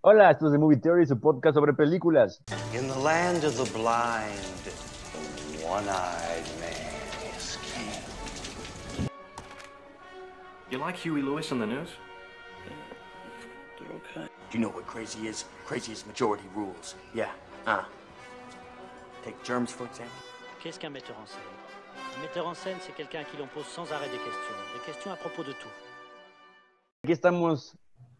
Hola, esto es The Movie Theory, su podcast sobre películas. In the land of the blind, the one-eyed man is king. You like Huey Lewis in the news? Do you know what crazy is? Crazy is majority rules. Yeah. Uh. Take germs, for example. Qu'est-ce qu'un metteur en scène Un metteur en scène, c'est quelqu'un à qui l'on pose sans arrêt des questions, des questions à propos de tout. Aquí estamos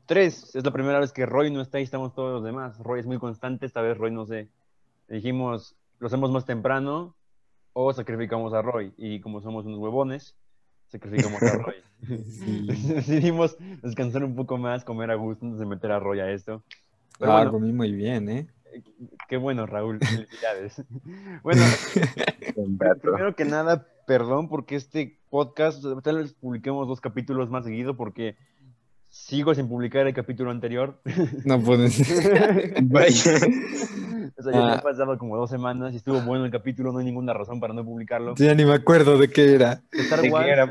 tres. Es la primera vez que Roy no está ahí, estamos todos los demás. Roy es muy constante, esta vez Roy no sé. Dijimos, lo hacemos más temprano o sacrificamos a Roy. Y como somos unos huevones, sacrificamos a Roy. Decidimos descansar un poco más, comer a gusto antes de meter a Roy a esto. Pero Ah, bueno, comí muy bien, ¿eh? Qué bueno, Raúl. Felicidades. bueno, primero que nada, perdón porque este podcast, tal vez publiquemos dos capítulos más seguido porque sigo sin publicar el capítulo anterior. No pues, puedes. Vaya. O sea, ya me Ah. han pasado como dos semanas y estuvo bueno el capítulo, no hay ninguna razón para no publicarlo. Ya ni me acuerdo de qué era. De Star Wars.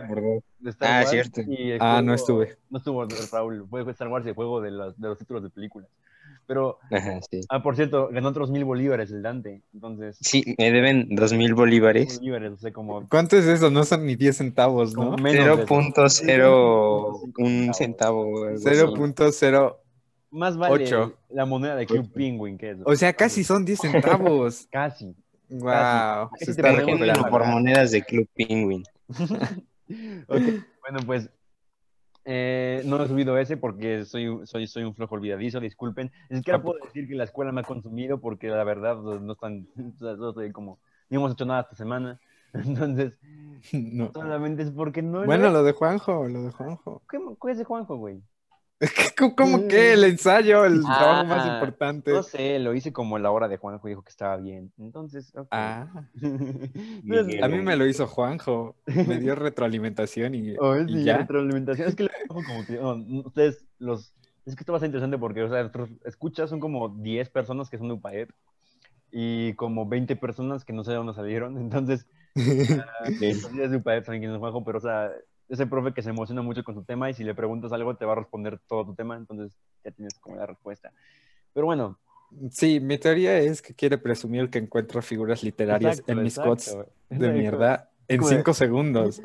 de Star Ah, Wars cierto. y el Ah, juego- no estuve. No estuvo Raúl, fue Star Wars y el juego de los, de los títulos de películas. Pero, Ajá, sí. ah, por cierto, ganó otros mil bolívares el Dante, entonces... Sí, me deben dos mil bolívares. Bolívares, o sea, como... ¿Cuánto es eso? No son ni 10 centavos, como ¿no? menos de- 0.01 centavo. o algo así. 0.0. Más vale Ocho. la moneda de Club Penguin que eso. O sea, casi son 10 centavos. Casi. Wow. Casi Se te está la dejo, Canjéenlo recuperando. por monedas de Club Penguin. Ok, Bueno, pues eh, no he subido ese porque soy, un- soy, soy un flojo olvidadizo, disculpen. Ni siquiera puedo decir que la escuela me ha consumido porque la verdad no, no están, o sea, no estoy como, no hemos hecho nada esta semana. Entonces, No. solamente es porque no... Bueno, lo de Juanjo, lo de Juanjo. ¿Qué, qué es de Juanjo, güey? ¿Cómo, cómo que el ensayo, el Ah. trabajo más importante? No sé, lo hice como la hora de Juanjo, dijo que estaba bien. Entonces, ok. Ah, Entonces, a mí me lo hizo Juanjo. Me dio retroalimentación y, Oh, y sí, ya. retroalimentación. Es que luego como que, oh, no, no, ustedes los... Es que esto va a ser interesante porque, o sea, nuestros escuchas son como 10 personas que son de UPAEP y como 20 personas que no sé de dónde salieron. Entonces, Ah, los días de UPAEP saben quién es Juanjo, pero, o sea, ese profe que se emociona mucho con su tema y si le preguntas algo te va a responder todo tu tema, entonces ya tienes como la respuesta. Pero bueno, Sí, mi teoría es que quiere presumir que encuentro figuras literarias exacto, en mis exacto. cots de Exacto. mierda en Como de- 5 segundos.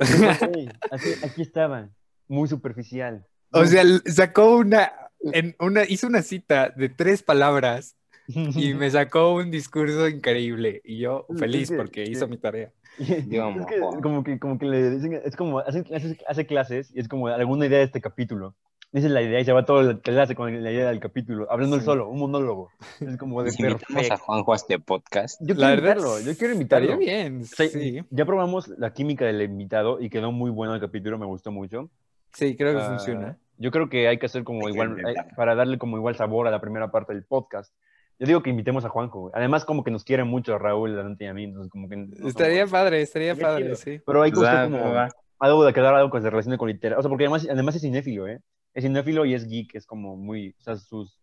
Ey, así- aquí estaba, muy superficial. O sea, l- sacó una, en una, hizo una cita de tres palabras y me sacó un discurso increíble. Y yo Es feliz que- porque hizo que- mi tarea. Es que, Dios, como que, como que le dicen, es como, hace, hace- hace clases y es como alguna idea de este capítulo. Esa es la idea y se va todo el clase con la idea del capítulo, hablando él Sí. solo, un monólogo. Es como de Si invitamos a perfecto. Juanjo a este podcast. Yo quiero La verdad, invitarlo, yo quiero Estaría invitarlo. bien, O sea, sí. Ya probamos la química del invitado y quedó muy bueno el capítulo, me gustó mucho. Sí, creo que Ah, funciona. Yo creo que hay que hacer como Hay que igual, hay- intentarlo. para darle como igual sabor a la primera parte del podcast. Yo digo que invitemos a Juanjo. güey. Además, como que nos quiere mucho Raúl, Dante y a mí. entonces como que no- Estaría padre, estaría Sería padre, chido. sí. Pero hay que buscar Pues Va, como... va, va. algo de quedar algo que se relacione con literatura. O sea, porque además, además es cinéfilo, ¿eh? Es cinéfilo y es geek, es como muy. O sea, sus.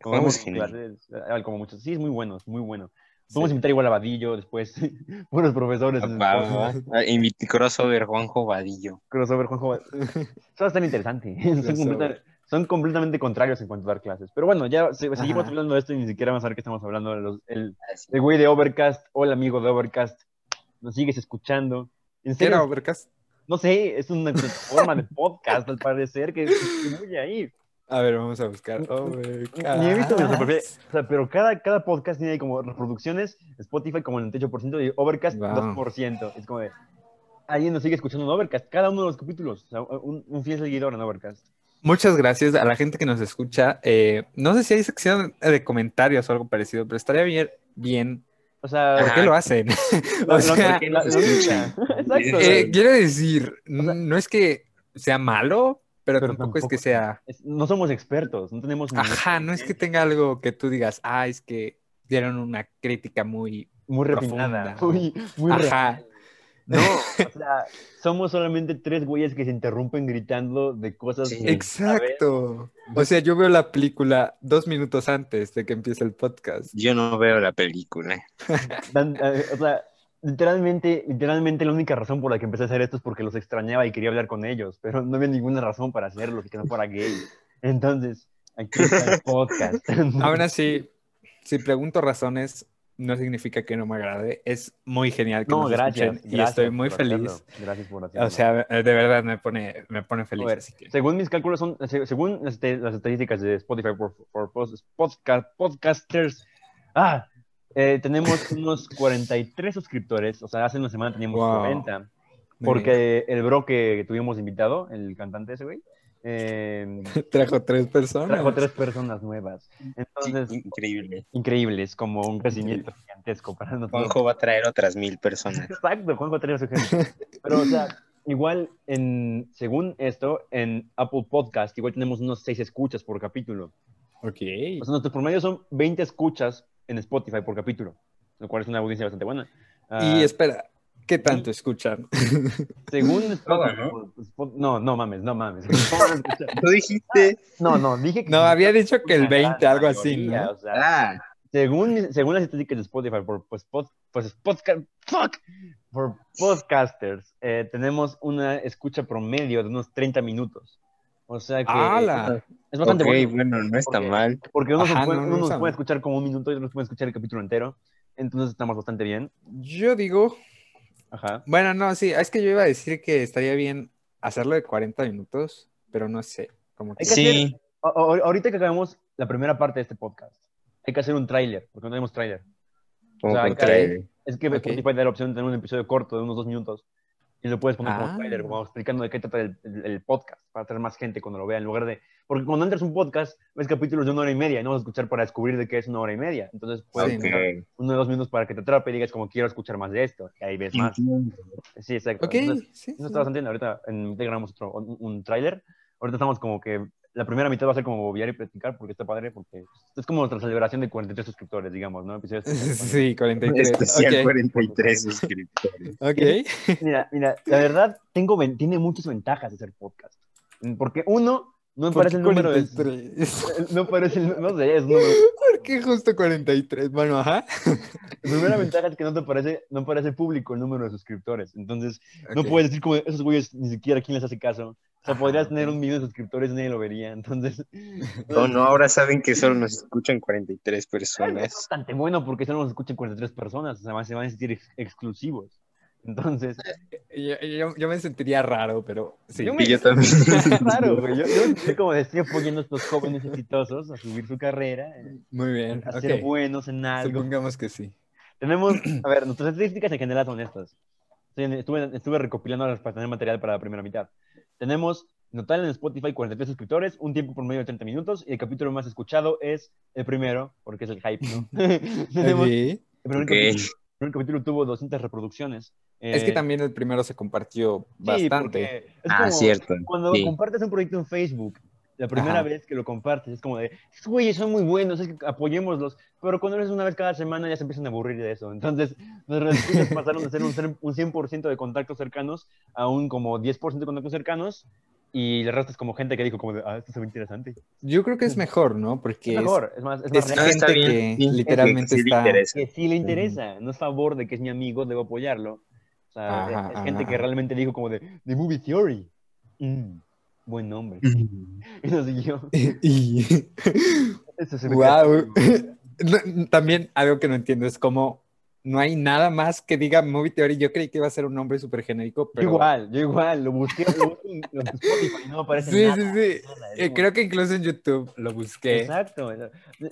Como, Juego vemos es sus genial. clases, eh, como muchos. Sí, es muy bueno, es muy bueno. Vamos a invitar igual a Vadillo después. Buenos profesores. Ah, en el Va, va, va. Ah, invit- crossover Juanjo Vadillo. Crossover, Juanjo. Eso va a estar interesante. son, Crossover. completa- son completamente contrarios en cuanto a dar clases. Pero bueno, ya se- seguimos Ajá. hablando de esto y ni siquiera vamos a ver qué estamos hablando. Los- el, Así. el güey de Overcast, hola amigo de Overcast, nos sigues escuchando. En ¿Qué serio, era, Overcast? no sé, es una plataforma de podcast, al parecer, que distribuye ahí. A ver, vamos a buscar. Oh, Ni he visto Ah. nuestro perfil. Overcast. O sea, pero cada, cada podcast tiene como reproducciones, Spotify como el 98% y Overcast Wow. 2%. Es como de, alguien nos sigue escuchando en Overcast, cada uno de los capítulos. O sea, un, un fiel seguidor en Overcast. Muchas gracias a la gente que nos escucha. Eh, no sé si hay sección de comentarios o algo parecido, pero estaría bien, bien. O sea, ¿Por Ajá. qué lo hacen? la- o sea, la- la- la- Exacto. eh, quiero decir, O sea- no es que sea malo, pero, Pero tampoco, es tampoco- que sea. Es- no somos expertos, no tenemos ni- Ajá, no es que tenga algo que tú digas, ah, es que dieron una crítica muy. muy refinada, profunda. muy, muy real. Ajá. No, o sea, somos solamente tres güeyes que se interrumpen gritando de cosas. Sí. que- Exacto. O sea, yo veo la película dos minutos antes de que empiece el podcast. Yo no veo la película. Dan- eh, o sea, literalmente, literalmente la única razón por la que empecé a hacer esto es porque los extrañaba y quería hablar con ellos, pero no había ninguna razón para hacerlo, que no fuera gay. Entonces, Aquí está el podcast. Aún así, si pregunto razones, no significa que no me agrade. Es muy genial que no, nos gracias, escuchen y gracias estoy muy por feliz. hacerlo, Gracias por hacerlo. O sea, de verdad me pone, me pone feliz. A ver, así que- según mis cálculos, son, se- según las, este- las estadísticas de Spotify por, por pos- podcast, podcasters, ah, eh, tenemos unos 43 suscriptores. O sea, hace una semana teníamos Wow. 40. Muy Porque el bro que tuvimos invitado, el cantante ese güey, eh, bien. trajo tres personas. trajo tres personas nuevas. Entonces, Sí, increíble. increíbles, como un crecimiento gigantesco para nosotros. Juanjo va a traer otras mil personas. Exacto, Juanjo tenía su ejemplo. Pero, o sea, igual, en, según esto, en Apple Podcast, igual tenemos unos seis escuchas por capítulo. Ok. O sea, nuestros promedios son 20 escuchas en Spotify por capítulo, lo cual es una audiencia bastante buena. Ah, Y espera, ¿qué tanto escuchan? según Spotify, ¿no? Spo- no, no mames, no mames. ¿Cómo van a escuchar? Tú dijiste. No, no, dije que. No, había dicho que el 20, algo así, Mayoría, ¿no? o sea, Ah, según, mis- según las estadísticas de Spotify, por, pues, pod- pues, podcast, fuck, por podcasters, eh, tenemos una escucha promedio de unos 30 minutos. O sea que eh, ¡Hala! es ok, bastante bueno. bueno, no está Porque- mal. Porque unos, Ajá, pueden, no, no unos sabe. pueden escuchar como un minuto y otros pueden escuchar el capítulo entero. Entonces estamos bastante bien. Yo digo, Ajá. bueno, no, sí, es que yo iba a decir que estaría bien hacerlo de 40 minutos, pero no sé, como que... Hay que Sí. hacer- A- a- ahorita que acabamos la primera parte de este podcast, hay que hacer un tráiler, porque no tenemos tráiler. Como O sea, que acá- trae- Es que Ok. Spotify da la opción de tener un episodio corto de unos dos minutos y lo puedes poner Ah. como trailer, como explicando de qué trata el, el- el podcast, para tener más gente cuando lo vea en lugar de... Porque cuando entras a un podcast, ves capítulos de una hora y media y no vas a escuchar para descubrir de qué es una hora y media. Entonces puedes Sí, Ok. poner uno de dos minutos para que te atrape y digas como quiero escuchar más de esto, y ahí ves más. Entiendo. Sí, exacto. Ok, Entonces, sí, eso sí. está bastante bien. Ahorita en Meetup grabamos otro, un, un tráiler. Ahorita estamos como que la primera mitad va a ser como bobear y platicar porque está padre, porque es como nuestra celebración de 43 suscriptores, digamos, ¿no? Episodios Sí, 43. Especial ok, 43 suscriptores. ok. Mira, mira, la verdad tengo, ven- tiene muchas ventajas hacer podcast. Mm, Porque uno, no me ¿Por parece qué el número de... 43? No parece el... No sé, es número... ¿Por qué justo 43? Bueno, ajá. La primera ventaja es que no te parece, no parece público el número de suscriptores. Entonces, no Ok. puedes decir como esos güeyes ni siquiera quién les hace caso. O sea, Ajá, podrías ok. tener un millón de suscriptores y nadie lo vería. Entonces, No, no, ahora saben que solo nos escuchan 43 personas. bastante bueno porque solo nos escuchan 43 personas. O sea, más se van a sentir ex- exclusivos. Entonces, Yo, yo- yo me sentiría raro, pero sí. Yo Y yo también. claro, güey. Yo, yo estoy como estoy apoyando a estos jóvenes exitosos a subir su carrera, eh, Muy bien. a ok. ser buenos en algo. Supongamos que sí. Tenemos, a ver, nuestras estadísticas en general son estas. Estoy- Estuve, estuve recopilándolas para tener material para la primera mitad. Tenemos en total en Spotify 43 suscriptores, un tiempo por medio de 30 minutos y el capítulo más escuchado es el primero, porque es el hype, ¿no? Tenemos, el, Sí. primer Ok. capítulo, el primer capítulo tuvo 200 reproducciones. Es que Eh, también el primero se compartió sí, bastante. porque es Ah, como cierto. Cuando sí. compartes un proyecto en Facebook, la primera Ajá. vez que lo compartes es como de, "Estos güeyes, son muy buenos, es que apoyémoslos. Pero cuando lo haces una vez cada semana ya se empiezan a aburrir de eso. Entonces, nuestras escuchas pasaron de ser un, cer- un 100% de contactos cercanos a un como 10% de contactos cercanos. Y el resto es como gente que dijo como de, ah, esto se ve interesante. Yo creo que es mejor, ¿no? Porque Mm. Es es- mejor, es más, es es más No, real. está gente bien, que sí, literalmente sí le está- interesa. Que sí le interesa, no es favor de que es mi amigo, debo apoyarlo. O sea, Ajá, es, es gente ajá. que realmente dijo como de, The Movie Theory. Mm, buen nombre. Mm. Y nos siguió. y... Eso se me wow. queda- No, también algo que no entiendo es cómo no hay nada más que diga Movie Theory. Yo creí que iba a ser un nombre súper genérico, Yo pero... igual, yo igual, lo busqué, lo busqué en lo busqué en Spotify y no aparece Sí, nada. sí, sí. nada, es Eh, como- creo que incluso en YouTube lo busqué. Exacto.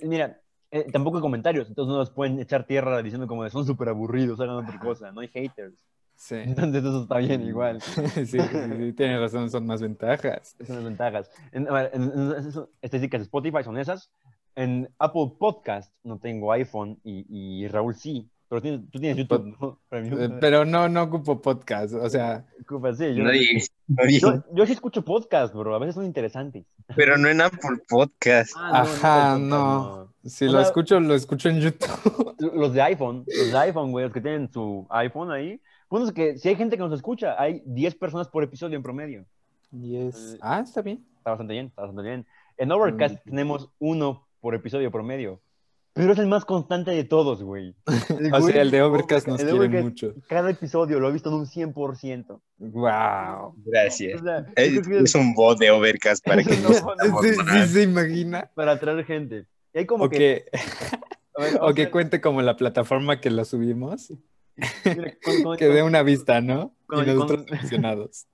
Mira, eh, tampoco hay comentarios, entonces no nos pueden echar tierra diciendo como de son súper aburridos, hagan otra cosa, no hay haters. Sí. Entonces eso está bien igual, sí, sí, sí, tienes razón, son más ventajas. son las ventajas. En, a ver, en- en- en- en- estadísticas de Spotify son esas. En Apple Podcast no tengo iPhone y, y Raúl sí, pero tienes- tú tienes YouTube, ¿no? Eh, Premium. Pero no, no ocupo podcast, o sea, Disculpa, sí, yo, Nadie- nadie- yo- yo sí escucho podcast, bro, a veces son interesantes. Pero no en Apple Podcast. Ah, no, no, Ajá, no, no. no. si O lo sea- escucho, lo escucho en YouTube. Los de iPhone, los de iPhone, güey, los que tienen su iPhone ahí. Bueno, es que si hay gente que nos escucha, hay 10 personas por episodio en promedio. Eh, Yes. Ah, está bien. Mm. Está bastante bien, está bastante bien. En Overcast tenemos uno por episodio promedio. Pero es el más constante de todos, güey. El O güey- sea, el de Overcast nos el de quiere Overcast- mucho. Cada episodio lo ha visto en un 100%. Wow. O Gracias. sea, pues, Eh, yo creo que Es un bot de Overcast para que No, nos no, podamos ¿Sí, parar. se imagina? para atraer gente. Y hay como O que... que, a ver, o vamos a que ver, cuente como la plataforma que lo subimos, mira, cuando- cuando- que dé una vista, ¿no? Con- Y nosotros con- emocionados.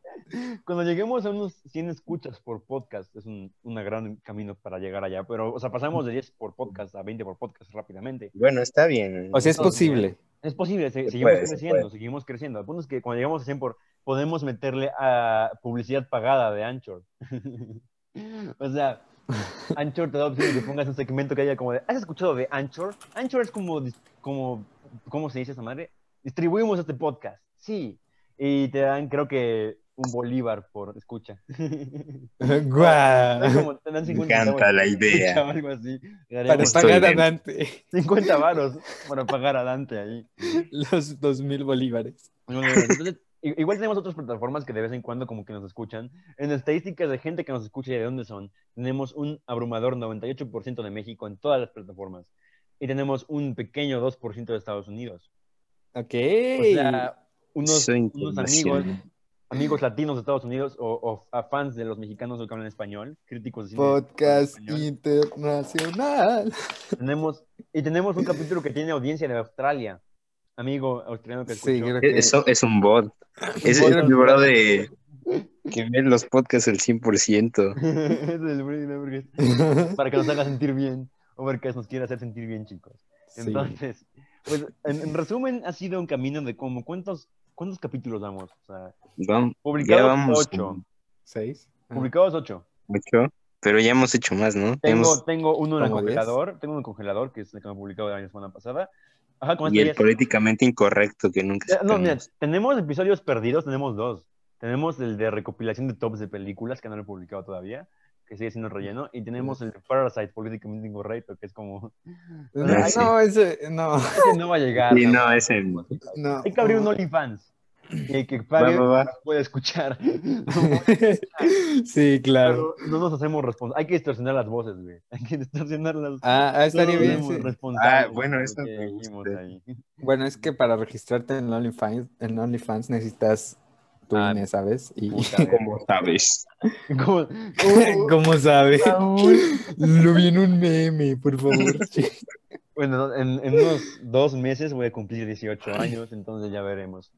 Cuando lleguemos a unos 100 escuchas por podcast, es un una gran camino para llegar allá. Pero, o sea, pasamos de 10 por podcast a 20 por podcast rápidamente. Bueno, está bien. O sea, es posible. Es posible, se- Se seguimos puede, se creciendo, puede. seguimos creciendo. El punto es que cuando llegamos a 100 por, podemos meterle a publicidad pagada de Anchor. o sea, Anchor te da opción de que pongas un segmento que haya como de, ¿has escuchado de Anchor? Anchor es como, dis- como ¿cómo se dice esa madre? Distribuimos este podcast, sí. Y te dan, creo que, un bolívar por escucha. Guau. Como te dan Me 50 centavos encanta la por escucha idea. o algo así. Para Ganaremos Estoy pagar a bien. Dante 50 varos para pagar a Dante ahí. los dos mil bolívares. No, no, no. Entonces, i- igual tenemos otras plataformas que de vez en cuando como que nos escuchan. En estadísticas de gente que nos escucha y de dónde son, tenemos un abrumador 98% de México en todas las plataformas. Y tenemos un pequeño 2% de Estados Unidos. Ok. O sea, unos, Soy unos amigos, internacional. amigos latinos de Estados Unidos o, o a fans de los mexicanos que hablan español, críticos de cine Podcast que hablan español. internacional. Tenemos, y tenemos un capítulo que tiene audiencia de Australia. Amigo australiano que escuchó. Sí, creo que Eso es un bot. Es es el bro de que ve los podcasts al 100%. Es el Brady Lamberg. para que nos haga sentir bien. Overcast nos quiere hacer sentir bien, chicos. Sí. Entonces, pues, en, en resumen, ha sido un camino de como, ¿cuántos, cuántos capítulos damos? O sea, Vamos, ya publicados vamos ocho. con ¿Seis? Ah, Publicados ocho. ocho, pero ya hemos hecho más, ¿no? Tengo, Hemos- tengo uno en el ¿Como diez? congelador, tengo uno en el congelador, que es el que me publicado la semana pasada. Ajá, con y este el ya- políticamente incorrecto que nunca ya- se No, mira, conoce. tenemos episodios perdidos, tenemos dos. Tenemos el de recopilación de tops de películas, que no lo he publicado todavía, que sigue siendo relleno, y tenemos el de Parasite, políticamente incorrecto, que es como... No, sí. no, ese, no, Ese no va a llegar. Sí, ¿no? no, es el- no. Hay que abrir un OnlyFans. Y el que pague Oh. Va, va, va. las puede escuchar. No, Sí, claro. pero no nos hacemos responsables. Hay que distorsionar las voces, güey. Hay que distorsionar las Ah, ah, estaría No bien. somos sí. responsables Ah, bueno, de lo eso que me dijimos gusta. ahí. Bueno, es que para registrarte en OnlyFans, en OnlyFans necesitas tu Ah, INE, ¿sabes? Y Puta, güey. ¿Cómo sabes? Como- uh, ¿Cómo sabes? Raúl. Lo vi en un meme, por favor. Bueno, en, en unos dos meses voy a cumplir 18 años, entonces ya veremos.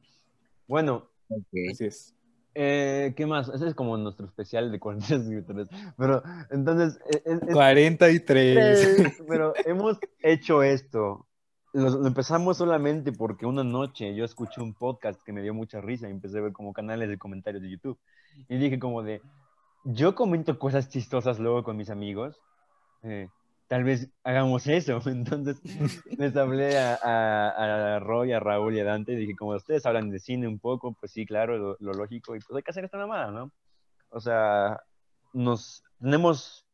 Bueno, Ok. Así es. eh, ¿qué más? Ese es como nuestro especial de 43 suscriptores. Pero entonces, eh, es- es- 43. Tres, Pero hemos hecho esto. Lo, lo empezamos solamente porque una noche yo escuché un podcast que me dio mucha risa y empecé a ver como canales de comentarios de YouTube. Y dije como de, yo comento cosas chistosas luego con mis amigos. eh, tal vez hagamos eso. Entonces les hablé a, a, a Roy, a Raúl y a Dante y dije como ustedes hablan de cine un poco, pues sí, claro, lo, lo lógico. Y pues hay que hacer esta mamada, ¿no? O sea, nos tenemos...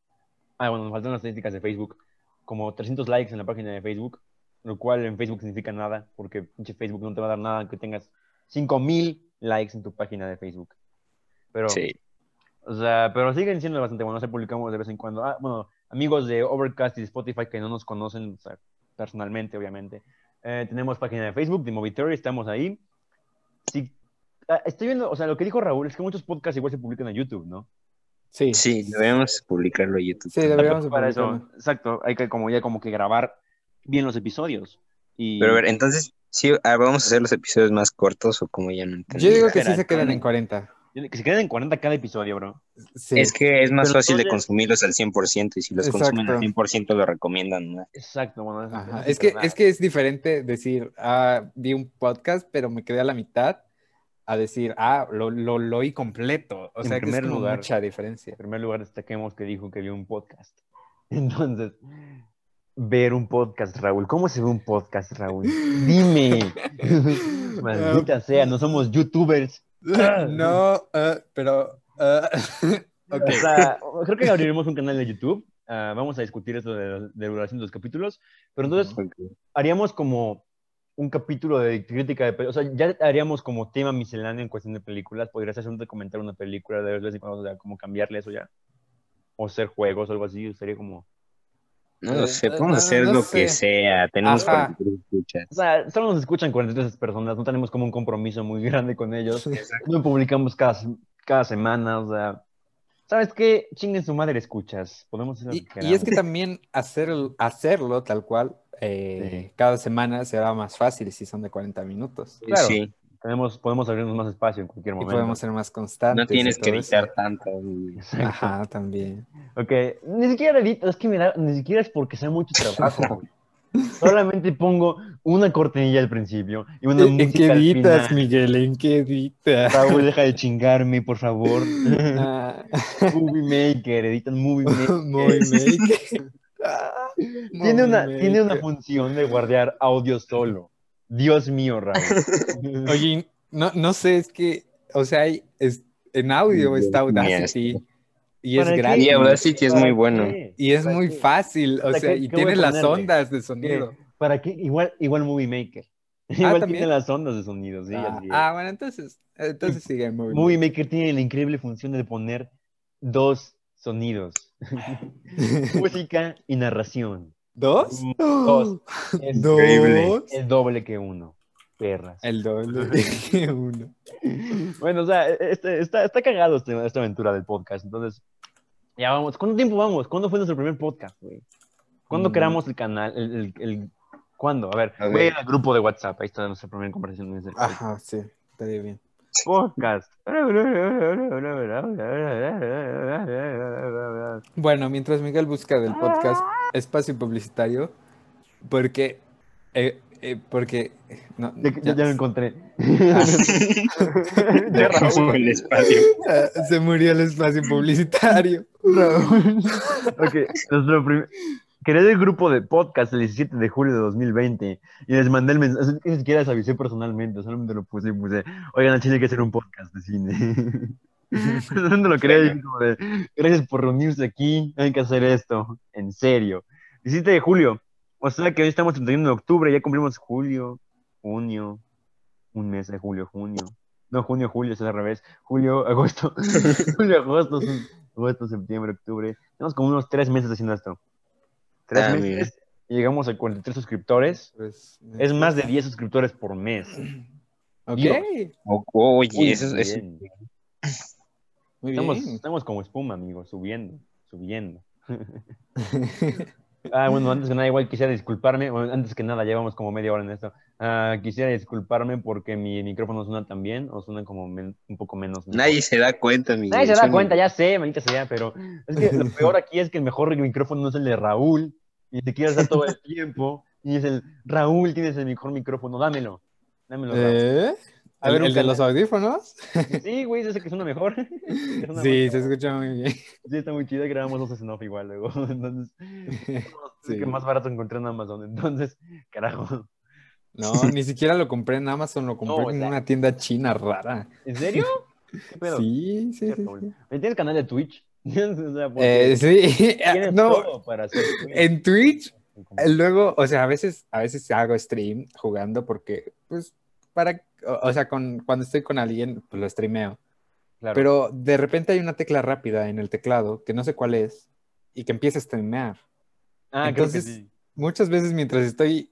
Ah, bueno, nos faltan las estadísticas de Facebook como 300 likes en la página de Facebook, lo cual en Facebook significa nada, porque pinche Facebook no te va a dar nada que tengas 5000 likes en tu página de Facebook. Pero, Sí. o sea, pero siguen siendo bastante buenos, se publicamos de vez en cuando. Ah, bueno, amigos de Overcast y de Spotify que no nos conocen o sea, personalmente, obviamente. Eh, tenemos página de Facebook, de Movitory, estamos ahí. Sí, ah, estoy viendo, o sea, lo que dijo Raúl es que muchos podcasts igual se publican en YouTube, ¿no? Sí. Sí, Sí, debemos publicarlo a YouTube. deberíamos de Para eso, publicarlo. exacto, hay que como ya como que grabar bien los episodios. Y... Pero a ver, entonces, ¿sí, ah, ¿vamos a hacer los episodios más cortos o como ya no entendí? Yo digo que sí Espera, se quedan ¿dónde? en 40. Que se queden en 40 cada episodio, bro. Sí. Es que es más Pero fácil de entonces- consumirlos al 100% y si los consumen al Exacto. 100% lo recomiendan más. Exacto, bueno. eso- Ajá, eso Es que, verdad. es que es diferente decir, ah, vi un podcast, pero me quedé a la mitad, a decir, ah, lo, lo, lo oí completo. O En sea, que es primer como lugar. mucha diferencia. En primer lugar, destaquemos que dijo que vio un podcast. Entonces, ver un podcast, Raúl. ¿Cómo se ve un podcast, Raúl? Dime. Maldita sea, no somos youtubers. No, eh, ah, pero... ah, ok. O sea, creo que abriremos un canal de YouTube. Ah, vamos a discutir esto de, de duración de los capítulos. Pero entonces, haríamos como un capítulo de crítica de películas. O sea, ya haríamos como tema misceláneo en cuestión de películas. Podrías hacer un documental, una película de vez en cuando, o sea, como cambiarle eso ya. O hacer juegos o algo así. Sería como. No lo Eh, sé, eh, podemos no, hacer no lo sé. que sea. Tenemos Ajá. 43 escuchas. O sea, solo nos escuchan 43 personas, no tenemos como un compromiso muy grande con ellos. No publicamos cada, cada semana, o sea. ¿Sabes qué? Chinguen su madre, escuchas. Podemos hacer lo Y, que y es queramos. que también hacer, hacerlo tal cual eh, cada semana será más fácil si son de 40 minutos. claro. Sí, Tenemos, podemos abrirnos más espacio en cualquier Y momento. podemos ser más constantes. no y tienes que todo eso. editar tanto. Ajá, también. Ok, ni siquiera edito, es que me da- ni siquiera es porque sea mucho trabajo. güey. Solamente pongo una cortinilla al principio y una ¿En qué música al Eh, editas, final. Miguel? ¿En qué editas? Raúl, deja de chingarme, por favor. Ah, movie Maker, editan Movie Maker. Movie Maker. Tiene una, Movie tiene una Maker. función de guardar audio solo. Dios mío, Raúl. Oye, no, no sé, es que, o sea, hay- es- en audio está Dios mío, Audacity y es ¿Para qué? Y pues, gratis. Audacity es muy bueno. Y es ¿Para muy qué? fácil, o sea, sea, ¿qué- y qué voy a tiene las ponerle? ondas de sonido. ¿Para qué? Igual, igual Movie Maker. Igual tiene Ah, ¿también? las ondas de sonido, sí. ah, así es. ah, bueno, entonces, entonces sigue muy Movie Maker tiene la increíble función de poner dos sonidos: música y narración. ¿Dos? Mm, dos. Es Increíble. el doble que uno. Perras. El doble de uno. Bueno, o sea, este- está, está cagado este- esta aventura del podcast. Entonces, ya vamos. ¿Cuánto tiempo vamos? ¿Cuándo fue nuestro primer podcast, güey? ¿Cuándo Mm. creamos el canal? El, el- el- ¿Cuándo? A ver, A voy ver. Ah, al grupo de WhatsApp. Ahí está nuestra primera conversación. en ese Ajá, sí, estaría bien. Podcast. Bueno, mientras Miguel busca del podcast espacio publicitario, porque, eh, eh, porque, no, Ya, ya- ya lo encontré. Ya, Raúl. El espacio. Ah, se murió el espacio publicitario. Ok, nuestro prim- Creé el grupo de podcast el 17 de julio de 2020 y les mandé el mensaje. Es que Ni siquiera les avisé personalmente, solamente lo puse y puse: Oigan, al chile hay que hacer un podcast de cine. Solamente lo creé y como de: Gracias por reunirse aquí, hay que hacer esto, en serio. 17 de julio, o sea que hoy estamos 31 de octubre, ya cumplimos julio, junio, un mes de julio, junio. No, junio, julio, es al revés. Julio, agosto, julio, agosto, se- agosto, septiembre, octubre. Tenemos como unos tres meses haciendo esto. Tres Ah, mira. meses y llegamos a 43 suscriptores. Pues, Es más de 10 suscriptores por mes. Ok, Dios. O- Oye, Muy eso es- es. bien. muy Estamos, bien. estamos como espuma, amigos, subiendo, subiendo. Ah, bueno, antes que nada, igual quisiera disculparme. bueno, antes que nada, llevamos como media hora en esto. Ah, quisiera disculparme porque mi micrófono suena también, o suena como men- un poco menos. mejor. Nadie se da cuenta, mi Nadie se da cuenta, ya sé, manita sea, pero es que lo peor aquí es que el mejor micrófono no es el de Raúl, y te quieres dar todo el tiempo, y es el Raúl, tienes el mejor micrófono, dámelo, dámelo. Raúl. ¿Eh? A ver, ¿El, un el de los canal. audífonos? Sí, güey, es ese que suena mejor. Que suena Sí, más- se escucha muy bien. sí, está muy chido, y grabamos dos en off igual luego, entonces, es Sí. que más barato encontré en Amazon, entonces, carajo. No, ni siquiera lo compré en Amazon, lo compré No, o en sea- una tienda china rara. ¿En serio? ¿Qué pedo? Sí, sí, sí. Cierto, ¿Tienes canal de Twitch? O sea, porque Eh, sí, tienes no, todo para hacer en Twitch Eh, Twitch. Luego, o sea, a veces, a veces hago stream jugando porque, pues, para, o, o sea, con, cuando estoy con alguien, pues lo streameo. Claro. Pero de repente hay una tecla rápida en el teclado, que no sé cuál es, y que empieza a streamear. Ah, entonces- creo que sí. Muchas veces mientras estoy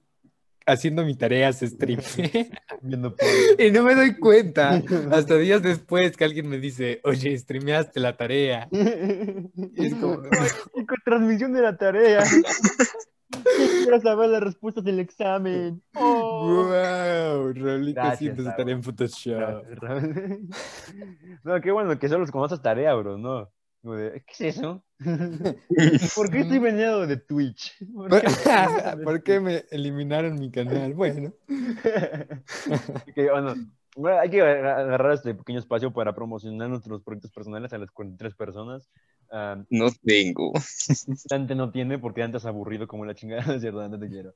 haciendo mi tarea se streamea Viendo porno. y no me doy cuenta hasta días después que alguien me dice, oye, streameaste la tarea. Y es como, Y con transmisión de la tarea. Quiero saber las respuestas del examen. Oh. wow, Rolito Gracias, haciendo su Raúl. tarea en Photoshop. No, qué bueno que solo conoces tarea, bro, ¿no? Como de, ¿Qué es eso? ¿Por qué estoy baneado de Twitch? ¿Por qué estoy baneado de ¿Por qué me eliminaron mi canal? Bueno. Ok, bueno, bueno, hay que agar- agarrar este pequeño espacio para promocionar nuestros proyectos personales a las 43 personas. Ah, No tengo. Dante no tiene porque Dante es aburrido como la chingada, ¿no es cierto? Dante te quiero.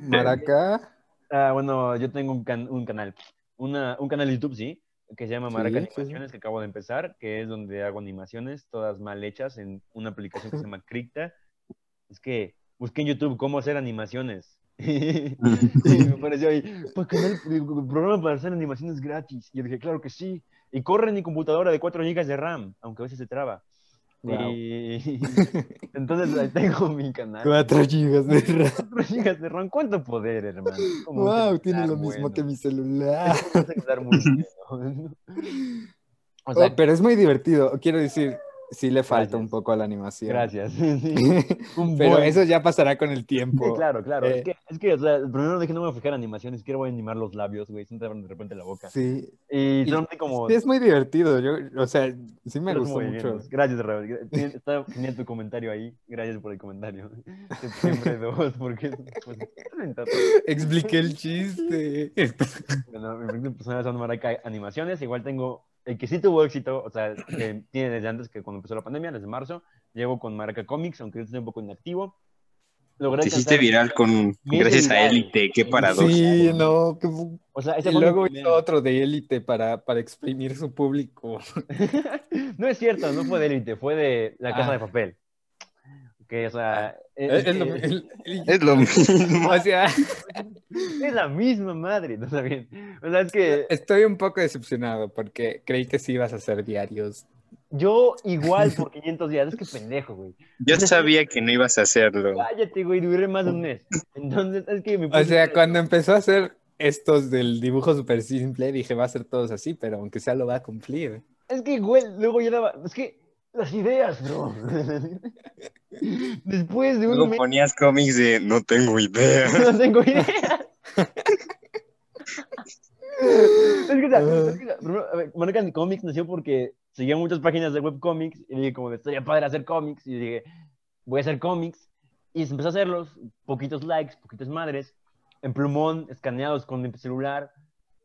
Maraca. Ah, bueno, yo tengo un, can- un canal, una, un canal de YouTube, sí, que se llama Maraca Sí, sí, sí. Animaciones, que acabo de empezar, que es donde hago animaciones, todas mal hechas, en una aplicación que se llama Cricta. Es que busqué en YouTube cómo hacer animaciones. y me pareció ahí, pues canal, programa para hacer animaciones gratis. Y yo dije, claro que sí. Y corre en mi computadora de 4 GB de RAM, aunque a veces se traba. Wow. Y entonces ahí tengo mi canal. 4 gigas de RAM. 4 gigas de RAM. ¿Cuánto poder, hermano? Como un Wow, celular tiene lo mismo bueno. que mi celular. Es un celular muy bueno. O sea, Oh, pero es muy divertido. Quiero decir, sí le falta Gracias. un poco a la animación. gracias. sí. Un pero buen- eso ya pasará con el Sí, tiempo. claro, claro. eh. Es que, es que, o sea, primero dije no me voy a fijar en animaciones, quiero voy a animar los labios, güey. Siempre abren de repente la boca. Sí, Y son como. Sí, es muy divertido. Yo, o sea, sí me Los gustó mucho. movimientos. Gracias, Raúl. Gra- tien- Está genial tu comentario ahí. Gracias por el comentario. Septiembre 2, porque pues, Expliqué el chiste. bueno, mi proyecto personal son Maraca Animaciones. Igual tengo el que sí tuvo éxito, o sea, que tiene desde antes que cuando empezó la pandemia, desde marzo. Llego con Maraca Comics, aunque yo estoy un poco inactivo. Logré Te hiciste alcanzar- viral con Me hice gracias a viral. Élite, qué paradoja. Sí, no. que- O sea, ese Y fue mi luego primer- hizo otro de élite para, para exprimir su público. no es cierto, no fue de élite, fue de la casa Ah. de papel. Que, o Ah. sea, eh, Es, es lo- eh, el- el- Es lo mismo. o sea, es la misma madre, ¿no está bien? O sea, es que estoy un poco decepcionado porque creí que sí ibas a hacer diarios. yo igual por 500 días, es que pendejo, güey. Yo sabía que no ibas a hacerlo. Cállate, güey, duré más de un mes. Entonces, es que me O puse- sea, cuando empezó a hacer estos del dibujo súper simple, dije va a ser todos así, pero aunque sea lo va a cumplir. Es que, güey, luego yo daba... Es que las ideas, bro. Después de un Luego mes ponías cómics de no tengo idea. no tengo idea. es que, o sea, es que, o sea, primero, a ver, Manhattan Comics nació porque seguía muchas páginas de webcomics y dije, como, estaría padre hacer cómics. Y dije, voy a hacer cómics. Y se empezó a hacerlos, poquitos likes, poquitas madres, en plumón, escaneados con mi celular.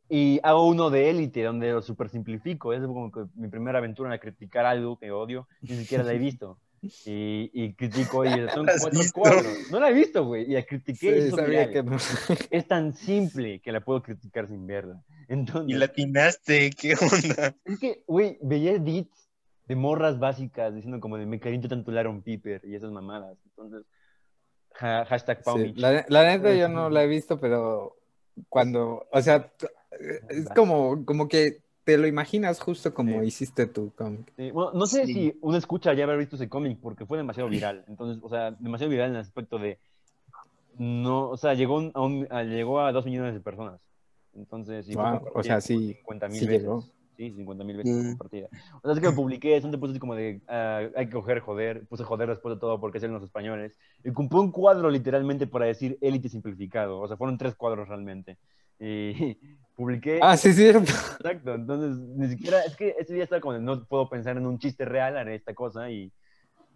Y hago uno de élite, donde lo super simplifico. Es como que mi primera aventura en criticar algo que odio, ni siquiera la he visto. Y, y critico, y son ¿La has cuatro visto? cuadros. No la he visto, güey. Y la critiqué. y se Sí, hizo sabía viral. que no. Es tan simple que la puedo criticar sin verla. Y Entonces, latinaste, ¿qué onda? es que, güey, veía edits de morras básicas diciendo como de me caliento tanto Laron Piper y esas mamadas. Entonces, ja- hashtag Sí, Paumich. la, la neta yo no la he visto, pero cuando, o sea, t- eh, es como, como que te lo imaginas justo como Sí. hiciste tú. como que- Sí, bueno, no sé Sí. si uno escucha ya haber visto ese cómic porque fue demasiado viral. Entonces, o sea, demasiado viral en el aspecto de. No, o sea, llegó un- a, un- a- llegó a dos millones de personas. Entonces, y fue Wow, o sea, sí, 50 mil sí veces. llegó. Sí, 50 mil veces Mm. compartida. O sea, es que lo publiqué, entonces puse así como de ah, hay que coger joder, puse joder después de todo porque es en los españoles. Y compré un cuadro literalmente para decir élite simplificado. O sea, fueron tres cuadros realmente. Y publiqué. Ah, sí, sí. Exacto, entonces ni siquiera, es que ese día estaba como, de, no puedo pensar en un chiste real, haré esta cosa y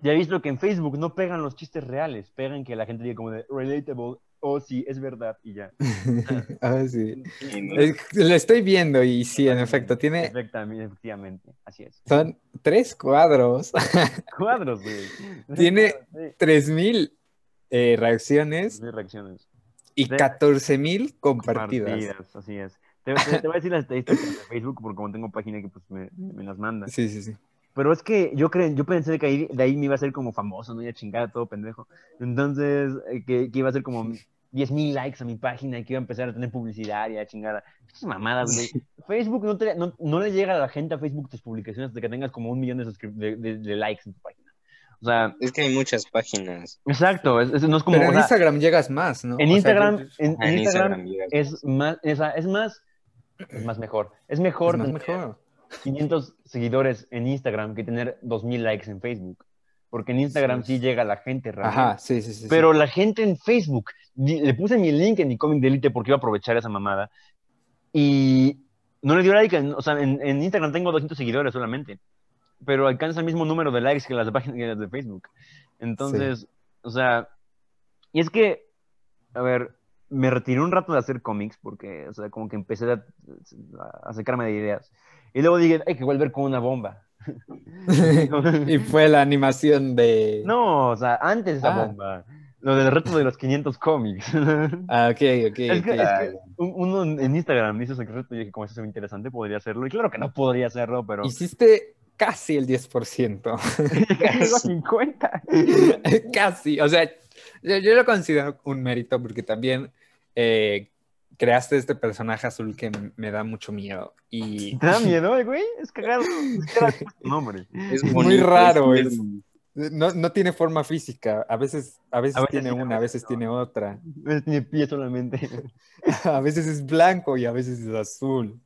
ya he visto que en Facebook no pegan los chistes reales, pegan que la gente diga como de relatable, o sí, es verdad y ya. Ah, sí. Y no- Es- Lo estoy viendo y sí, en efecto, tiene, Efectamente, efectivamente, así es. son tres cuadros, Cuadros, güey. Tiene- Sí, 3000 eh, reacciones sí, reacciones. y 14000 compartidas. Partidas, así es. Te, te- te voy a decir las estadísticas de Facebook porque como tengo página que pues me, me las manda. Sí, sí, sí. Pero es que yo creen, yo pensé que ahí, de ahí me iba a ser como famoso, no iba a chingar a todo pendejo. Entonces, eh, que, que iba a ser como 10.000 likes a mi página y que iba a empezar a tener publicidad y a chingar. a- Esas mamadas, güey. Facebook no, te- no, no le llega a la gente a Facebook tus publicaciones hasta que tengas como un millón de, suscri- de, de- de likes en tu página. O sea, Es que hay muchas páginas. exacto, es- es- no es como. Pero o en sea, Instagram llegas más, ¿no? en O sea, Instagram, yo- en, en Ah, En Instagram Instagram, mira. es más, es, es más, es más mejor. Es mejor es más tener mejor. 500 seguidores en Instagram que tener 2000 likes en Facebook. Porque en Instagram Sí. sí, llega la gente realmente. Ajá, sí, sí, sí, sí. Pero la gente en Facebook, di- le puse mi link en mi comic de Elite porque iba a aprovechar esa mamada. Y no le dio like. en- O sea, en, en Instagram tengo 200 seguidores solamente. Pero alcanza el mismo número de likes que las páginas que las de Facebook. Entonces, o sea. Y es que, a ver, me retiré un rato de hacer cómics porque, o sea, como que empecé a, a sacarme de ideas. Y luego dije, hay que volver con una bomba. y fue la animación de... No, o sea, antes esa Ah. bomba. Lo del reto de los 500 cómics. Ah, ok, ok. Es que, ok. es que un- uno en en Instagram dice ese reto y dije, como eso es muy interesante, podría hacerlo. Y claro que no podría hacerlo, pero Hiciste casi el 10%. tengo 50. Casi, o sea, yo, yo lo considero un mérito porque también eh, creaste este personaje azul que m- me da mucho miedo. Y ¿Te da miedo, eh, güey? Es cagado. Es cagado el nombre. Es Muy bonito, raro, tierno. Eh, no, no tiene forma física. A veces, a veces, A veces tiene tiene una, a otra, veces ¿no? tiene otra. Es- Tiene pie solamente. A veces es blanco y a veces es azul.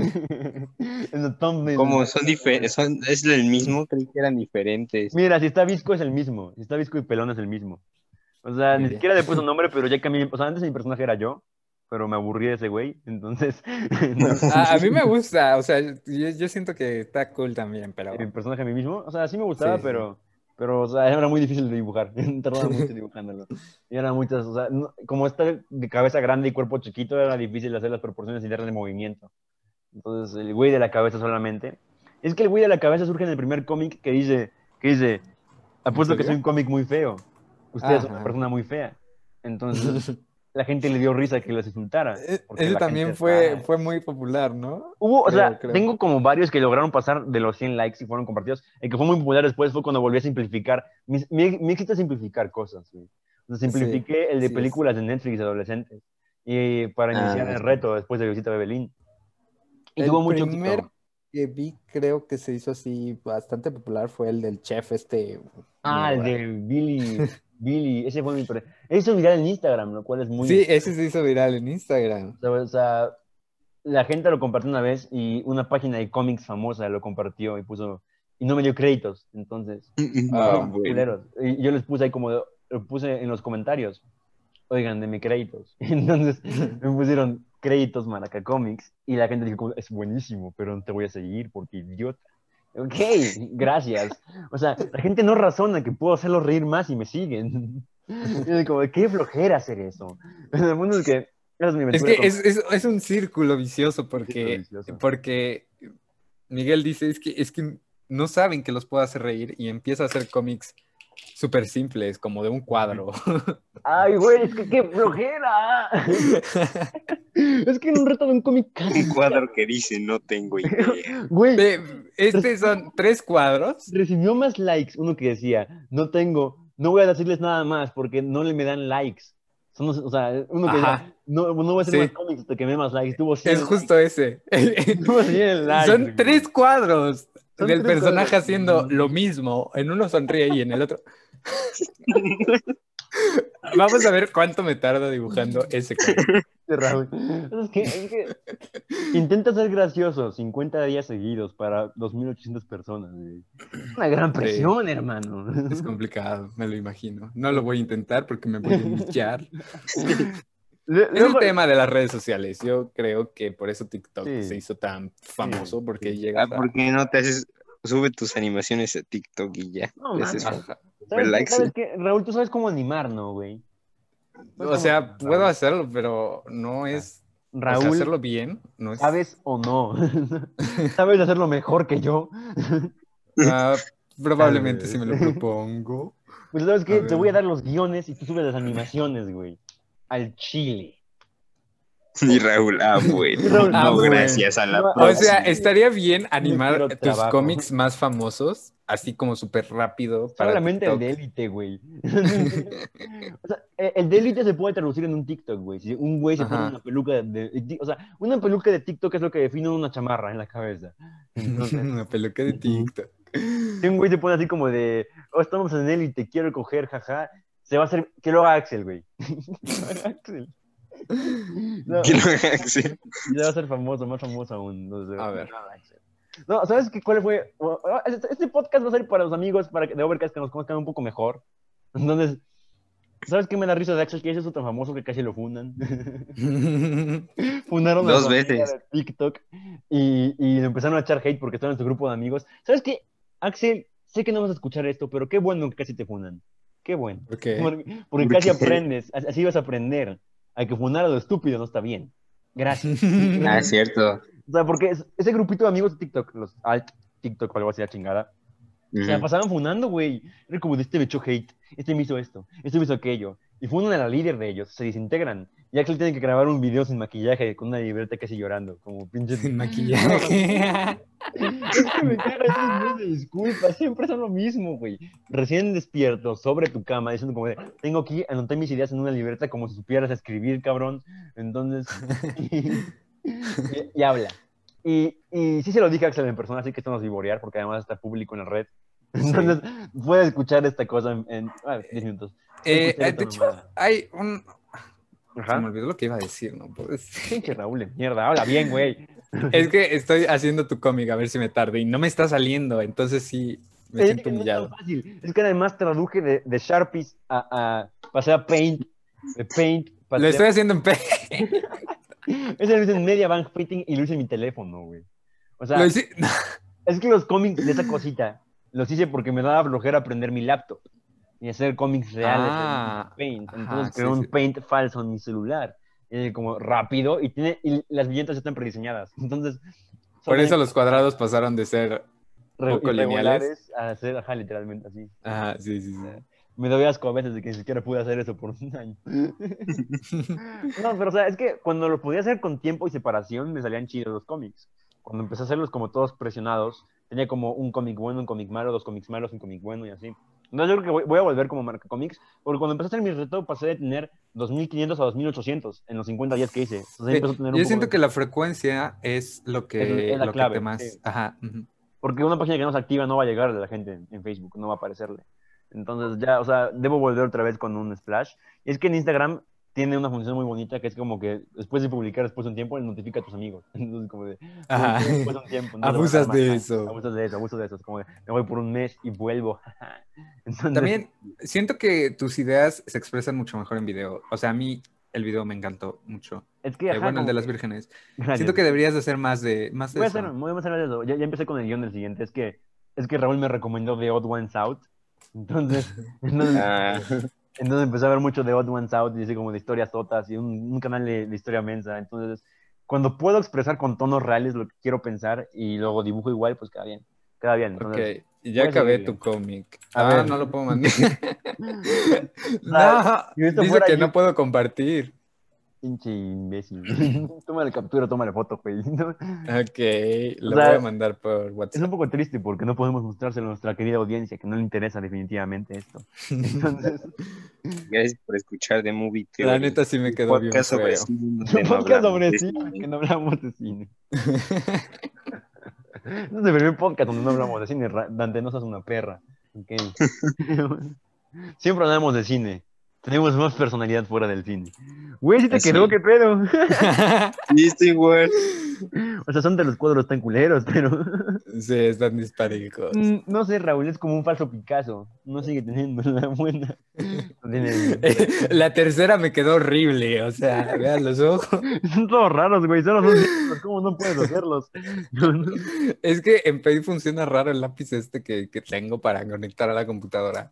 en el thumbnail. Como son diferentes, son, es el mismo, creí que eran diferentes. Mira, si está Visco es el mismo. Si está Visco y Pelón es el mismo. O sea, Muy ni bien. siquiera le puso nombre, pero ya cambié. O sea, antes mi personaje era yo, pero me aburrí de ese güey. Entonces, no, A, a mí me gusta, o sea, yo, yo siento que está cool también, pero mi personaje a mí mismo. O sea, sí me gustaba, Sí, sí. pero. Pero, o sea, era muy difícil de dibujar. Tardaba mucho dibujándolo. Y eran muchas, o sea, no- como está de cabeza grande y cuerpo chiquito, era difícil hacer las proporciones y darle movimiento. Entonces, el güey de la cabeza solamente. Es que el güey de la cabeza surge en el primer cómic que dice, que dice, apuesto que serio? soy un cómic muy feo. Usted es una Ajá. persona muy fea. Entonces, la gente le dio risa que los insultara. Eh, porque ese la también gente fue, está- fue muy popular, ¿no? Hubo, o sea, creo, creo. tengo como varios que lograron pasar de los 100 likes y fueron compartidos. El que fue muy popular después fue cuando volví a simplificar. Mi, mi, mi éxito es simplificar cosas. güey. O sea, simplifiqué el de sí, películas de Netflix de adolescentes. Y para Ah, iniciar el sí. reto después de Visita Bebelín. Y el tuvo mucho primer éxito. que vi, creo que se hizo así bastante popular, fue el del chef este. Ah, el mierda. de Billy. Billy, ese fue mi. pre- Eso viral en Instagram, lo cual es muy. Sí, ese se hizo viral en Instagram. O sea, o sea, la gente lo compartió una vez y una página de cómics famosa lo compartió y puso. Y no me dio créditos. Entonces. Ah, Son culeros. Y yo les puse ahí como, lo puse en los comentarios, oigan, denme créditos. Entonces me pusieron créditos Maraca Comics y la gente dijo, como, es buenísimo, pero no te voy a seguir porque idiota. Ok, gracias. O sea, la gente no razona que puedo hacerlos reír más y me siguen. Y es como, qué flojera hacer eso. El mundo es que... esa es mi Es aventura que con- es, es- es un círculo vicioso Círculo porque, vicioso. porque Miguel dice, es que, es que no saben que los puedo hacer reír y empieza a hacer cómics súper simples, como de un cuadro. Ay, güey, es que qué flojera. es que en un reto de un cómic casi... Un cuadro que dice no tengo idea. Güey, De- este son tres cuadros. recibió más likes uno que decía, no tengo, no voy a decirles nada más porque no le me dan likes. Son, o sea, uno que Ajá. decía, no, no voy a hacer Sí. más cómics hasta que me dé más likes. Tuvo 100 Es justo ese. likes. Tuvo 100 likes, Son güey. tres cuadros Son del tres personaje cuadros. haciendo lo mismo. En uno sonríe y en el otro. Vamos a ver cuánto me tarda dibujando ese cuadro. de Raúl. Es que, es que intenta ser gracioso 50 días seguidos para 2.800 personas. güey. Es una gran presión, hermano. Es complicado, me lo imagino. No lo voy a intentar porque me voy a hinchar. Le- Es el luego- tema de las redes sociales. Yo creo que por eso TikTok Sí. se hizo tan famoso porque Ah, llegas a... ¿Por qué no te haces, sube tus animaciones a TikTok y ya? No, pues, Ese es mames. un super ¿Sabes, likes. sabes qué, Raúl, tú sabes cómo animar, ¿no, güey? O sea, puedo hacerlo, pero no es... o sea, Ah, Raúl, hacerlo bien no es... ¿Sabes o no? ¿Sabes hacerlo mejor que yo? Ah, probablemente Tal si me lo propongo. Pues sabes A que ver. te voy a dar los guiones y tú subes las animaciones, güey. Al chile. Y Raúl, ah, bueno. Raúl, ah, no, bueno. gracias a la No, O próxima. sea, estaría bien quiero animar tus trabajo. cómics más famosos, así como súper rápido. Para Solamente el TikTok. de élite, güey. o sea, el el de élite se puede traducir en un TikTok, güey. Si un güey se pone Ajá. una peluca de, de- O sea, una peluca de TikTok es lo que define una chamarra en la cabeza. Entonces, Una peluca de TikTok. si un güey se pone así como de. Oh, estamos en élite, quiero coger, jaja. Se va a hacer. Que lo haga Axel, güey. que lo haga Axel. No. Que lo haga Axel. Ya va a ser famoso, más famoso aún. no sé. A ver. No, ¿sabes qué, cuál fue? Bueno, Este este podcast va a ser para los amigos para que, de Overcast que nos conozcan un poco mejor. Entonces, ¿sabes qué me da risa de Axel? Que es eso tan famoso que casi lo fundan. Fundaron a Dos su amiga veces. de TikTok y, y le empezaron a echar hate porque estaban en su grupo de amigos. ¿Sabes qué, Axel? Sé que no vas a escuchar esto, pero qué bueno que casi te fundan. Qué bueno. Ok. Porque, porque ¿Por casi qué? aprendes, así vas a aprender. A que funar a lo estúpido no está bien. Gracias. Ah, es cierto. O sea, porque es- ese grupito de amigos de TikTok, los alt TikTok o algo así, la chingada, se la Ujú. pasaban funando, güey. Era como de este me echó hate, este me hizo esto, este me hizo aquello. Y fundan a la líder de ellos, se desintegran. Y Axel tiene que grabar un video sin maquillaje, con una libreta casi llorando, como pinche. Sin maquillaje. Me cagan esos videos de disculpas, siempre son lo mismo, güey. Recién despierto, sobre tu cama, diciendo como de, tengo aquí, anoté mis ideas en una libreta como si supieras escribir, cabrón. Entonces, y, y habla. Y, y sí se lo dije a Axel en persona, así que esto nos vivorear, porque además está público en la red. Entonces, puedes escuchar esta cosa en, en ah, 10 minutos. Eh, Escuché de esta hecho, mamada. hay un. Se me Ajá. olvidó lo que iba a decir, ¿no? puedo decir. Pinche Raúl de mierda, habla bien, güey. Es que estoy haciendo tu cómic, a ver si me tarde. Y no me está saliendo, entonces sí me Es que siento no es tan humillado. fácil. Es que además traduje de, de Sharpies a, a- pasé a Paint, de Paint, pasé Lo a- estoy haciendo en pe- Ese lo hice en Media Bank Printing y lo hice en mi teléfono, güey. O sea, lo hice- es que los cómics de esa cosita los hice porque me daba flojera aprender mi laptop y hacer cómics reales Ah, en Paint. ajá, Entonces sí, creé un sí. Paint falso en mi celular. eh, como rápido y tiene y las viñetas ya están prediseñadas. Entonces, Por son eso los cuadrados pasaron de ser. re- poco irregulares a hacer, ajá, literalmente así. Ajá, sí, sí, Eh, sí. Me doy asco a veces de que ni siquiera pude hacer eso por un año. no, pero o sea, es que cuando lo podía hacer con tiempo y separación, me salían chidos los cómics. Cuando empecé a hacerlos como todos presionados, tenía como un cómic bueno, un cómic malo, dos cómics malos, un cómic bueno y así. Entonces yo creo que voy, voy a volver como marca cómics, porque cuando empecé a hacer mi reto pasé de tener 2.500 a 2.800 en los 50 días que hice. Entonces, ahí Eh, empezó a tener un Yo poco siento de- que la frecuencia es lo que, Es- es la lo que clave, te más. sí. Ajá. ujú. Porque una página que no se activa no va a llegar a la gente en, en Facebook, no va a aparecerle. Entonces ya, o sea, debo volver otra vez con un splash. Y es que en Instagram tiene una función muy bonita que es como que después de publicar después de un tiempo, él notifica a tus amigos. Entonces como de... Ajá. después de un tiempo, no le Abusas van a dar de más. eso. Abusas de eso, abusas de eso. Es como de, me voy por un mes y vuelvo. Entonces, También siento que tus ideas se expresan mucho mejor en video. O sea, a mí el video me encantó mucho. Es que, Eh, ajá, bueno, como el de las que- vírgenes. Gracias. Siento que deberías de hacer más de, más de Voy a eso. hacer, voy a hacer eso. Ya, ya empecé con el guión del siguiente. Es que, es que Raúl me recomendó The Odd Ones Out. Entonces, entonces, Ah, Entonces empecé a ver mucho de Odd Ones Out, y así como de historias sotas y un, un canal de, de historia mensa. Entonces, cuando puedo expresar con tonos reales lo que quiero pensar y luego dibujo igual, pues queda bien. Queda bien. Ok, Entonces, y ya voy a acabé seguir. tu cómic. A ah, ver. no lo puedo mandar. Ah, si no, esto dice fuera que yo- no puedo compartir. Pinche imbécil. tómale captura, tómale foto, güey. No, Ok, lo O sea, voy a mandar por Es un WhatsApp. poco triste porque no podemos mostrárselo a nuestra querida audiencia, que no le interesa definitivamente esto. Entonces, gracias por escuchar de Movie Theory. La neta sí me quedó bien podcast sobre este feo. cine. un podcast sobre De- cine, que no hablamos de cine. No se perdió un podcast donde no hablamos de cine. Ra- Dante, no seas una perra. Ok. Siempre hablamos de cine. Tenemos más personalidad fuera del cine. Güey, si te Así quedó, es. qué pedo. Sí, estoy igual. O sea, son de los cuadros tan culeros, pero. sí, están disparejos. Mm, No sé, Raúl, es como un falso Picasso. No sigue teniendo la buena. No tiene- La tercera me quedó horrible, o sea, vean los ojos. Son todos raros, güey. Solo son círculos, ¿Cómo no puedes hacerlos? Es que en Paint funciona raro el lápiz este que, que tengo para conectar a la computadora.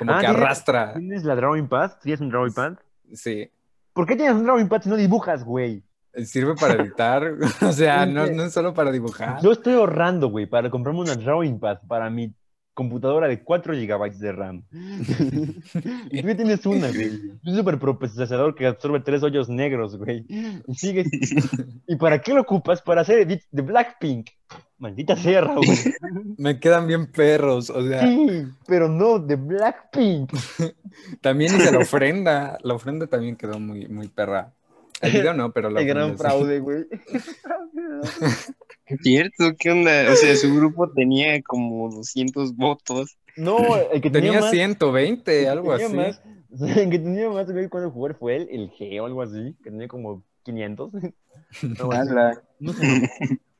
Como Ah, que tiene- arrastra. ¿Tienes la Drawing Pad? ¿Tienes un Drawing Pad? Sí. ¿Por qué tienes un Drawing Pad si no dibujas, güey? Sirve para editar, o sea, Sí, no, sí. no es solo para dibujar. Yo estoy ahorrando, güey, para comprarme una Drawing Pad para mi computadora de 4 GB de RAM. y tú ya tienes una, güey. Un superprocesador que absorbe tres hoyos negros, güey. Y sigues. ¿Y para qué lo ocupas? Para hacer edits de Blackpink. Maldita sea, Raúl. Me quedan bien perros, o sea, Sí, pero no de Blackpink. también hice la ofrenda. La ofrenda también quedó muy, muy perra. El video no, pero la El gran ofrenda sí. fraude, güey. Es Cierto, ¿qué onda? O sea, su grupo tenía como 200 votos. No, el que tenía, Tenía más... 120, algo tenía así. más- el que tenía más, güey, cuando jugar fue él, el G o algo así, que tenía como 500. Algo así. Ala, No sé.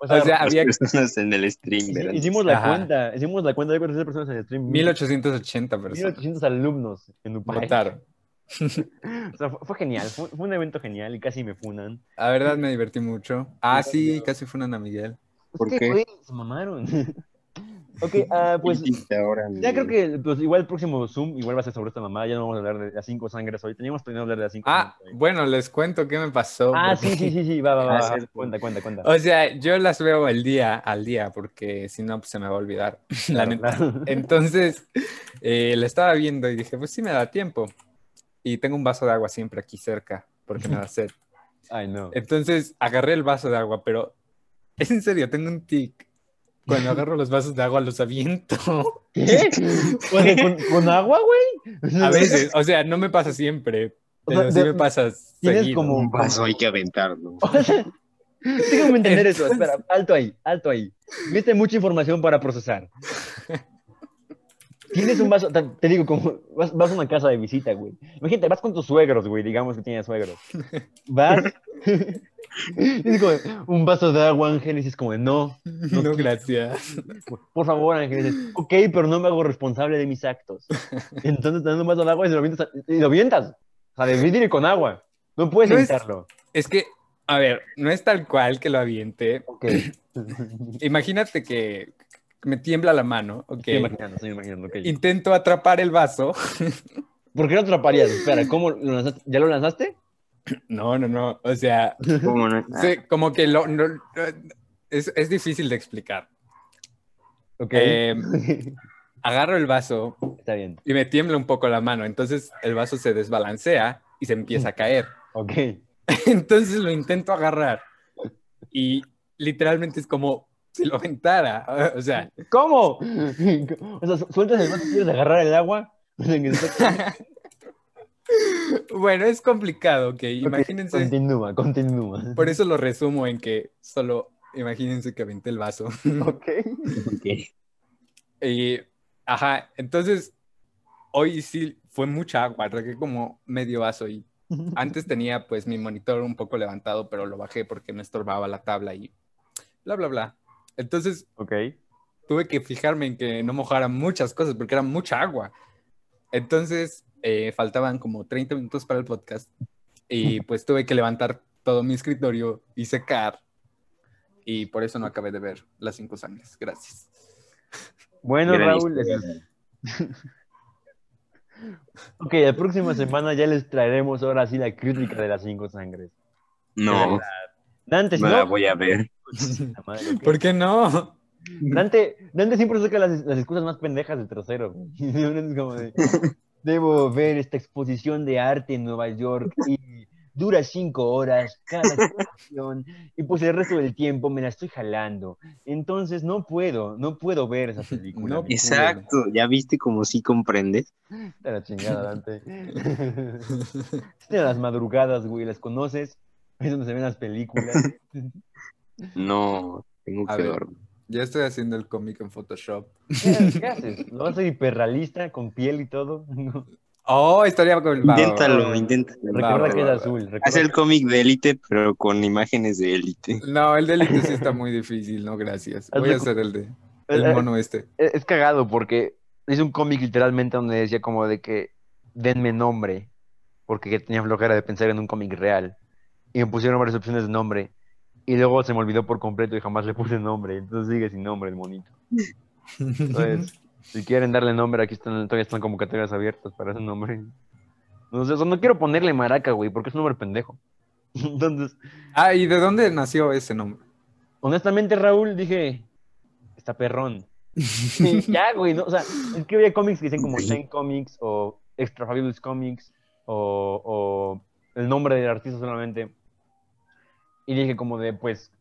O sea, O sea, las había personas en el stream, hici- ¿verdad? hicimos la Ajá. cuenta, hicimos la cuenta de 400 personas en el stream. 1880 personas 1800 alumnos en Upay. votaron. O sea, fue, fue genial, fue, fue un evento genial y casi me funan. La verdad me divertí mucho. Ah, sí, casi fue una Miguel. ¿Por Es que, qué? güey, se mamaron. ok, ah, pues Y ahora, ya creo que pues, igual el próximo Zoom igual va a ser sobre esta mamada, ya no vamos a hablar de las cinco sangres hoy, teníamos planeado hablar de las cinco Ah, sangres hoy. bueno, les cuento qué me pasó. Ah, porque- sí, sí, sí, sí, va, va, va, Ah, va. sí. cuenta, cuenta, cuenta. O sea, yo las veo al día, al día, porque si no, pues se me va a olvidar, la Claro, neta. claro. Entonces, eh, la estaba viendo y dije, pues sí me da tiempo. Y tengo un vaso de agua siempre aquí cerca, porque me da sed. Ay, no. Entonces, agarré el vaso de agua, pero es en serio, tengo un tic Cuando agarro los vasos de agua los aviento. ¿Qué? ¿Con, con agua, güey? A veces, o sea, no me pasa siempre, O sea, pero sí de- me pasa tienes seguido. como- Un vaso hay que aventarlo. O sea, déjame entender eso. Espera, alto ahí, alto ahí. Viste mucha información para procesar. Tienes un vaso, te- te digo, como vas, vas a una casa de visita, güey. Imagínate, vas con tus suegros, güey, digamos que tienes suegros. Vas. y es como, un vaso de agua, Ángeles, y es como, no. No, gracias. Por favor, Ángeles. Ok, pero no me hago responsable de mis actos. Entonces te dan un vaso de agua y se lo vientas. Y lo vientas. O sea, debes ir con agua. No puedes No es- evitarlo. Es que, a ver, no es tal cual que lo aviente. Ok. Imagínate que me tiembla la mano, ok. Estoy imaginando, estoy imaginando. ok. Intento atrapar el vaso. ¿Por qué no atraparías? Espera, ¿cómo lo lanzaste? ¿Ya lo lanzaste? No, no, no. O sea, ¿Cómo no? Ah, se- como que lo, no- no- es, es difícil de explicar. Ok. Eh, agarro el vaso Está bien. y me tiembla un poco la mano. Entonces el vaso se desbalancea y se empieza a caer. Ok. Entonces lo intento agarrar y literalmente es como si lo aventara. O sea, ¿Cómo? O sea, su- sueltas el vaso y quieres agarrar el agua. bueno, es complicado, ok. Imagínense. Continúa, continúa. Por eso lo resumo en que solo imagínense que aventé el vaso. Ok. ok. Y, ajá, entonces hoy sí fue mucha agua, tragué como medio vaso y antes tenía pues mi monitor un poco levantado, pero lo bajé porque me estorbaba la tabla y bla, bla, bla. Entonces Ok. tuve que fijarme en que no mojara muchas cosas porque era mucha agua. Entonces eh, faltaban como 30 minutos para el podcast y pues tuve que levantar todo mi escritorio y secar. Y por eso no acabé de ver las cinco sangres. Gracias. Bueno, Gran Raúl. historia. es- Ok, la próxima semana ya les traeremos ahora sí la crítica de las cinco sangres. No, Dante, si no la no. voy a ver. La madre, ok. ¿Por qué no? Dante, Dante siempre saca las, las excusas más pendejas del trasero. güey. Es como de, Debo ver esta exposición de arte en Nueva York y dura cinco horas cada exposición y pues el resto del tiempo me la estoy jalando. Entonces no puedo, no puedo ver esa película. No. güey. Exacto, ya viste como sí comprendes. Está la chingada, Dante. Tiene las madrugadas, güey, las conoces. Es donde se ven las películas. No, tengo A que ver. dormir. Ya estoy haciendo el cómic en Photoshop. ¿Qué, qué haces? ¿Lo vas a hiperrealista con piel y todo? No. Oh, estaría con Inténtalo, inténtalo. Va, Recuerda va, que es va, azul. Haz recuerda el cómic de élite, pero con imágenes de élite. No, el de élite sí está muy difícil, no, gracias. Hazlo Voy a con- hacer el de Eh, el eh, mono este. Es, es cagado porque es un cómic literalmente donde decía como de que denme nombre, porque tenía flojera de pensar en un cómic real. Y me pusieron varias opciones de nombre. Y luego se me olvidó por completo y jamás le puse nombre. Entonces sigue sin nombre el monito. Entonces, si quieren darle nombre, aquí están, todavía están convocatorias abiertas para ese nombre. No sé, o sea, no quiero ponerle maraca, güey, porque es un nombre pendejo. Entonces, Ah, ¿y de dónde nació ese nombre? Honestamente, Raúl, dije, está perrón. Y ya, güey, ¿no? O sea, es que había cómics que dicen como Shane Comics o Extra Fabulous Comics o, o el nombre del artista solamente. Y dije como de, pues,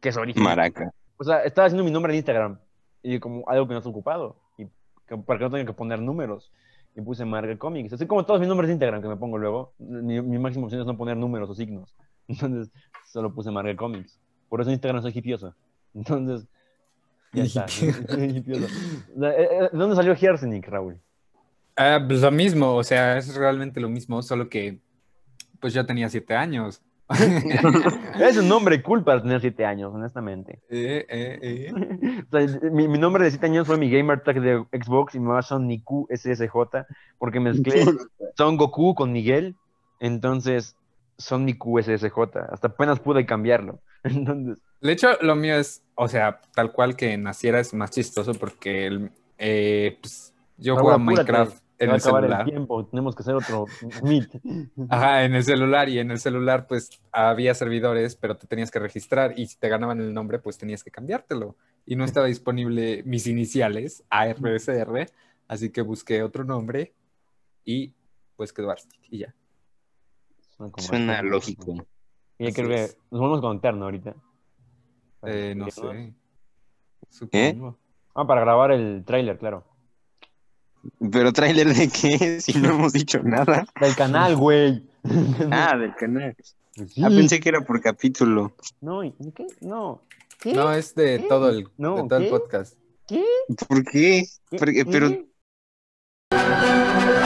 ¿qué es origen? Maraca. O sea, estaba haciendo mi nombre en Instagram y como algo que no está ocupado y que- para que no tenga que poner números. Y puse Marga Comics. Así como todos mis nombres de Instagram que me pongo luego, mi, mi máxima opción es no poner números o signos. Entonces, solo puse Marga Comics. Por eso en Instagram soy hipiosa. Entonces, ya está. hipiosa. O sea, eh, eh, ¿De dónde salió Hiersenic, Raúl? Ah, pues lo mismo, o sea, es realmente lo mismo, solo que pues yo tenía siete años. Es un nombre cool para tener 7 años, honestamente. Eh, eh, eh. O sea, mi, mi nombre de 7 años fue mi gamer tag de Xbox y me va Son Niku SSJ porque mezclé Son Goku con Miguel, entonces Son Niku SSJ. Hasta apenas pude cambiarlo. Entonces, De hecho, lo mío es, o sea, tal cual que naciera es más chistoso porque el, eh, pues, yo Raúl, jugaba apúrate, Minecraft se en va a el acabar celular. el tiempo, tenemos que hacer otro meet. Ajá, en el celular y en el celular pues había servidores, pero te tenías que registrar y si te ganaban el nombre pues tenías que cambiártelo. Y no estaba disponible mis iniciales, ARSR, así que busqué otro nombre y pues quedó Arstic y ya. Suena como- este Suena lógico. Y ya creo Así que es. nos vamos a conectar, ¿no? Ahorita. Eh, no Eh, sé. Supongo. Ah, para grabar el tráiler, claro. ¿Pero tráiler de qué? Si no hemos dicho nada. Del canal, güey. Ah, del canal. Sí. Ah, pensé que era por capítulo. No, ¿y qué? No. ¿Qué? No, es de ¿Qué? todo el, No, de todo el ¿qué? podcast. ¿Qué? ¿Por qué? ¿Qué? Porque- pero ¿Qué?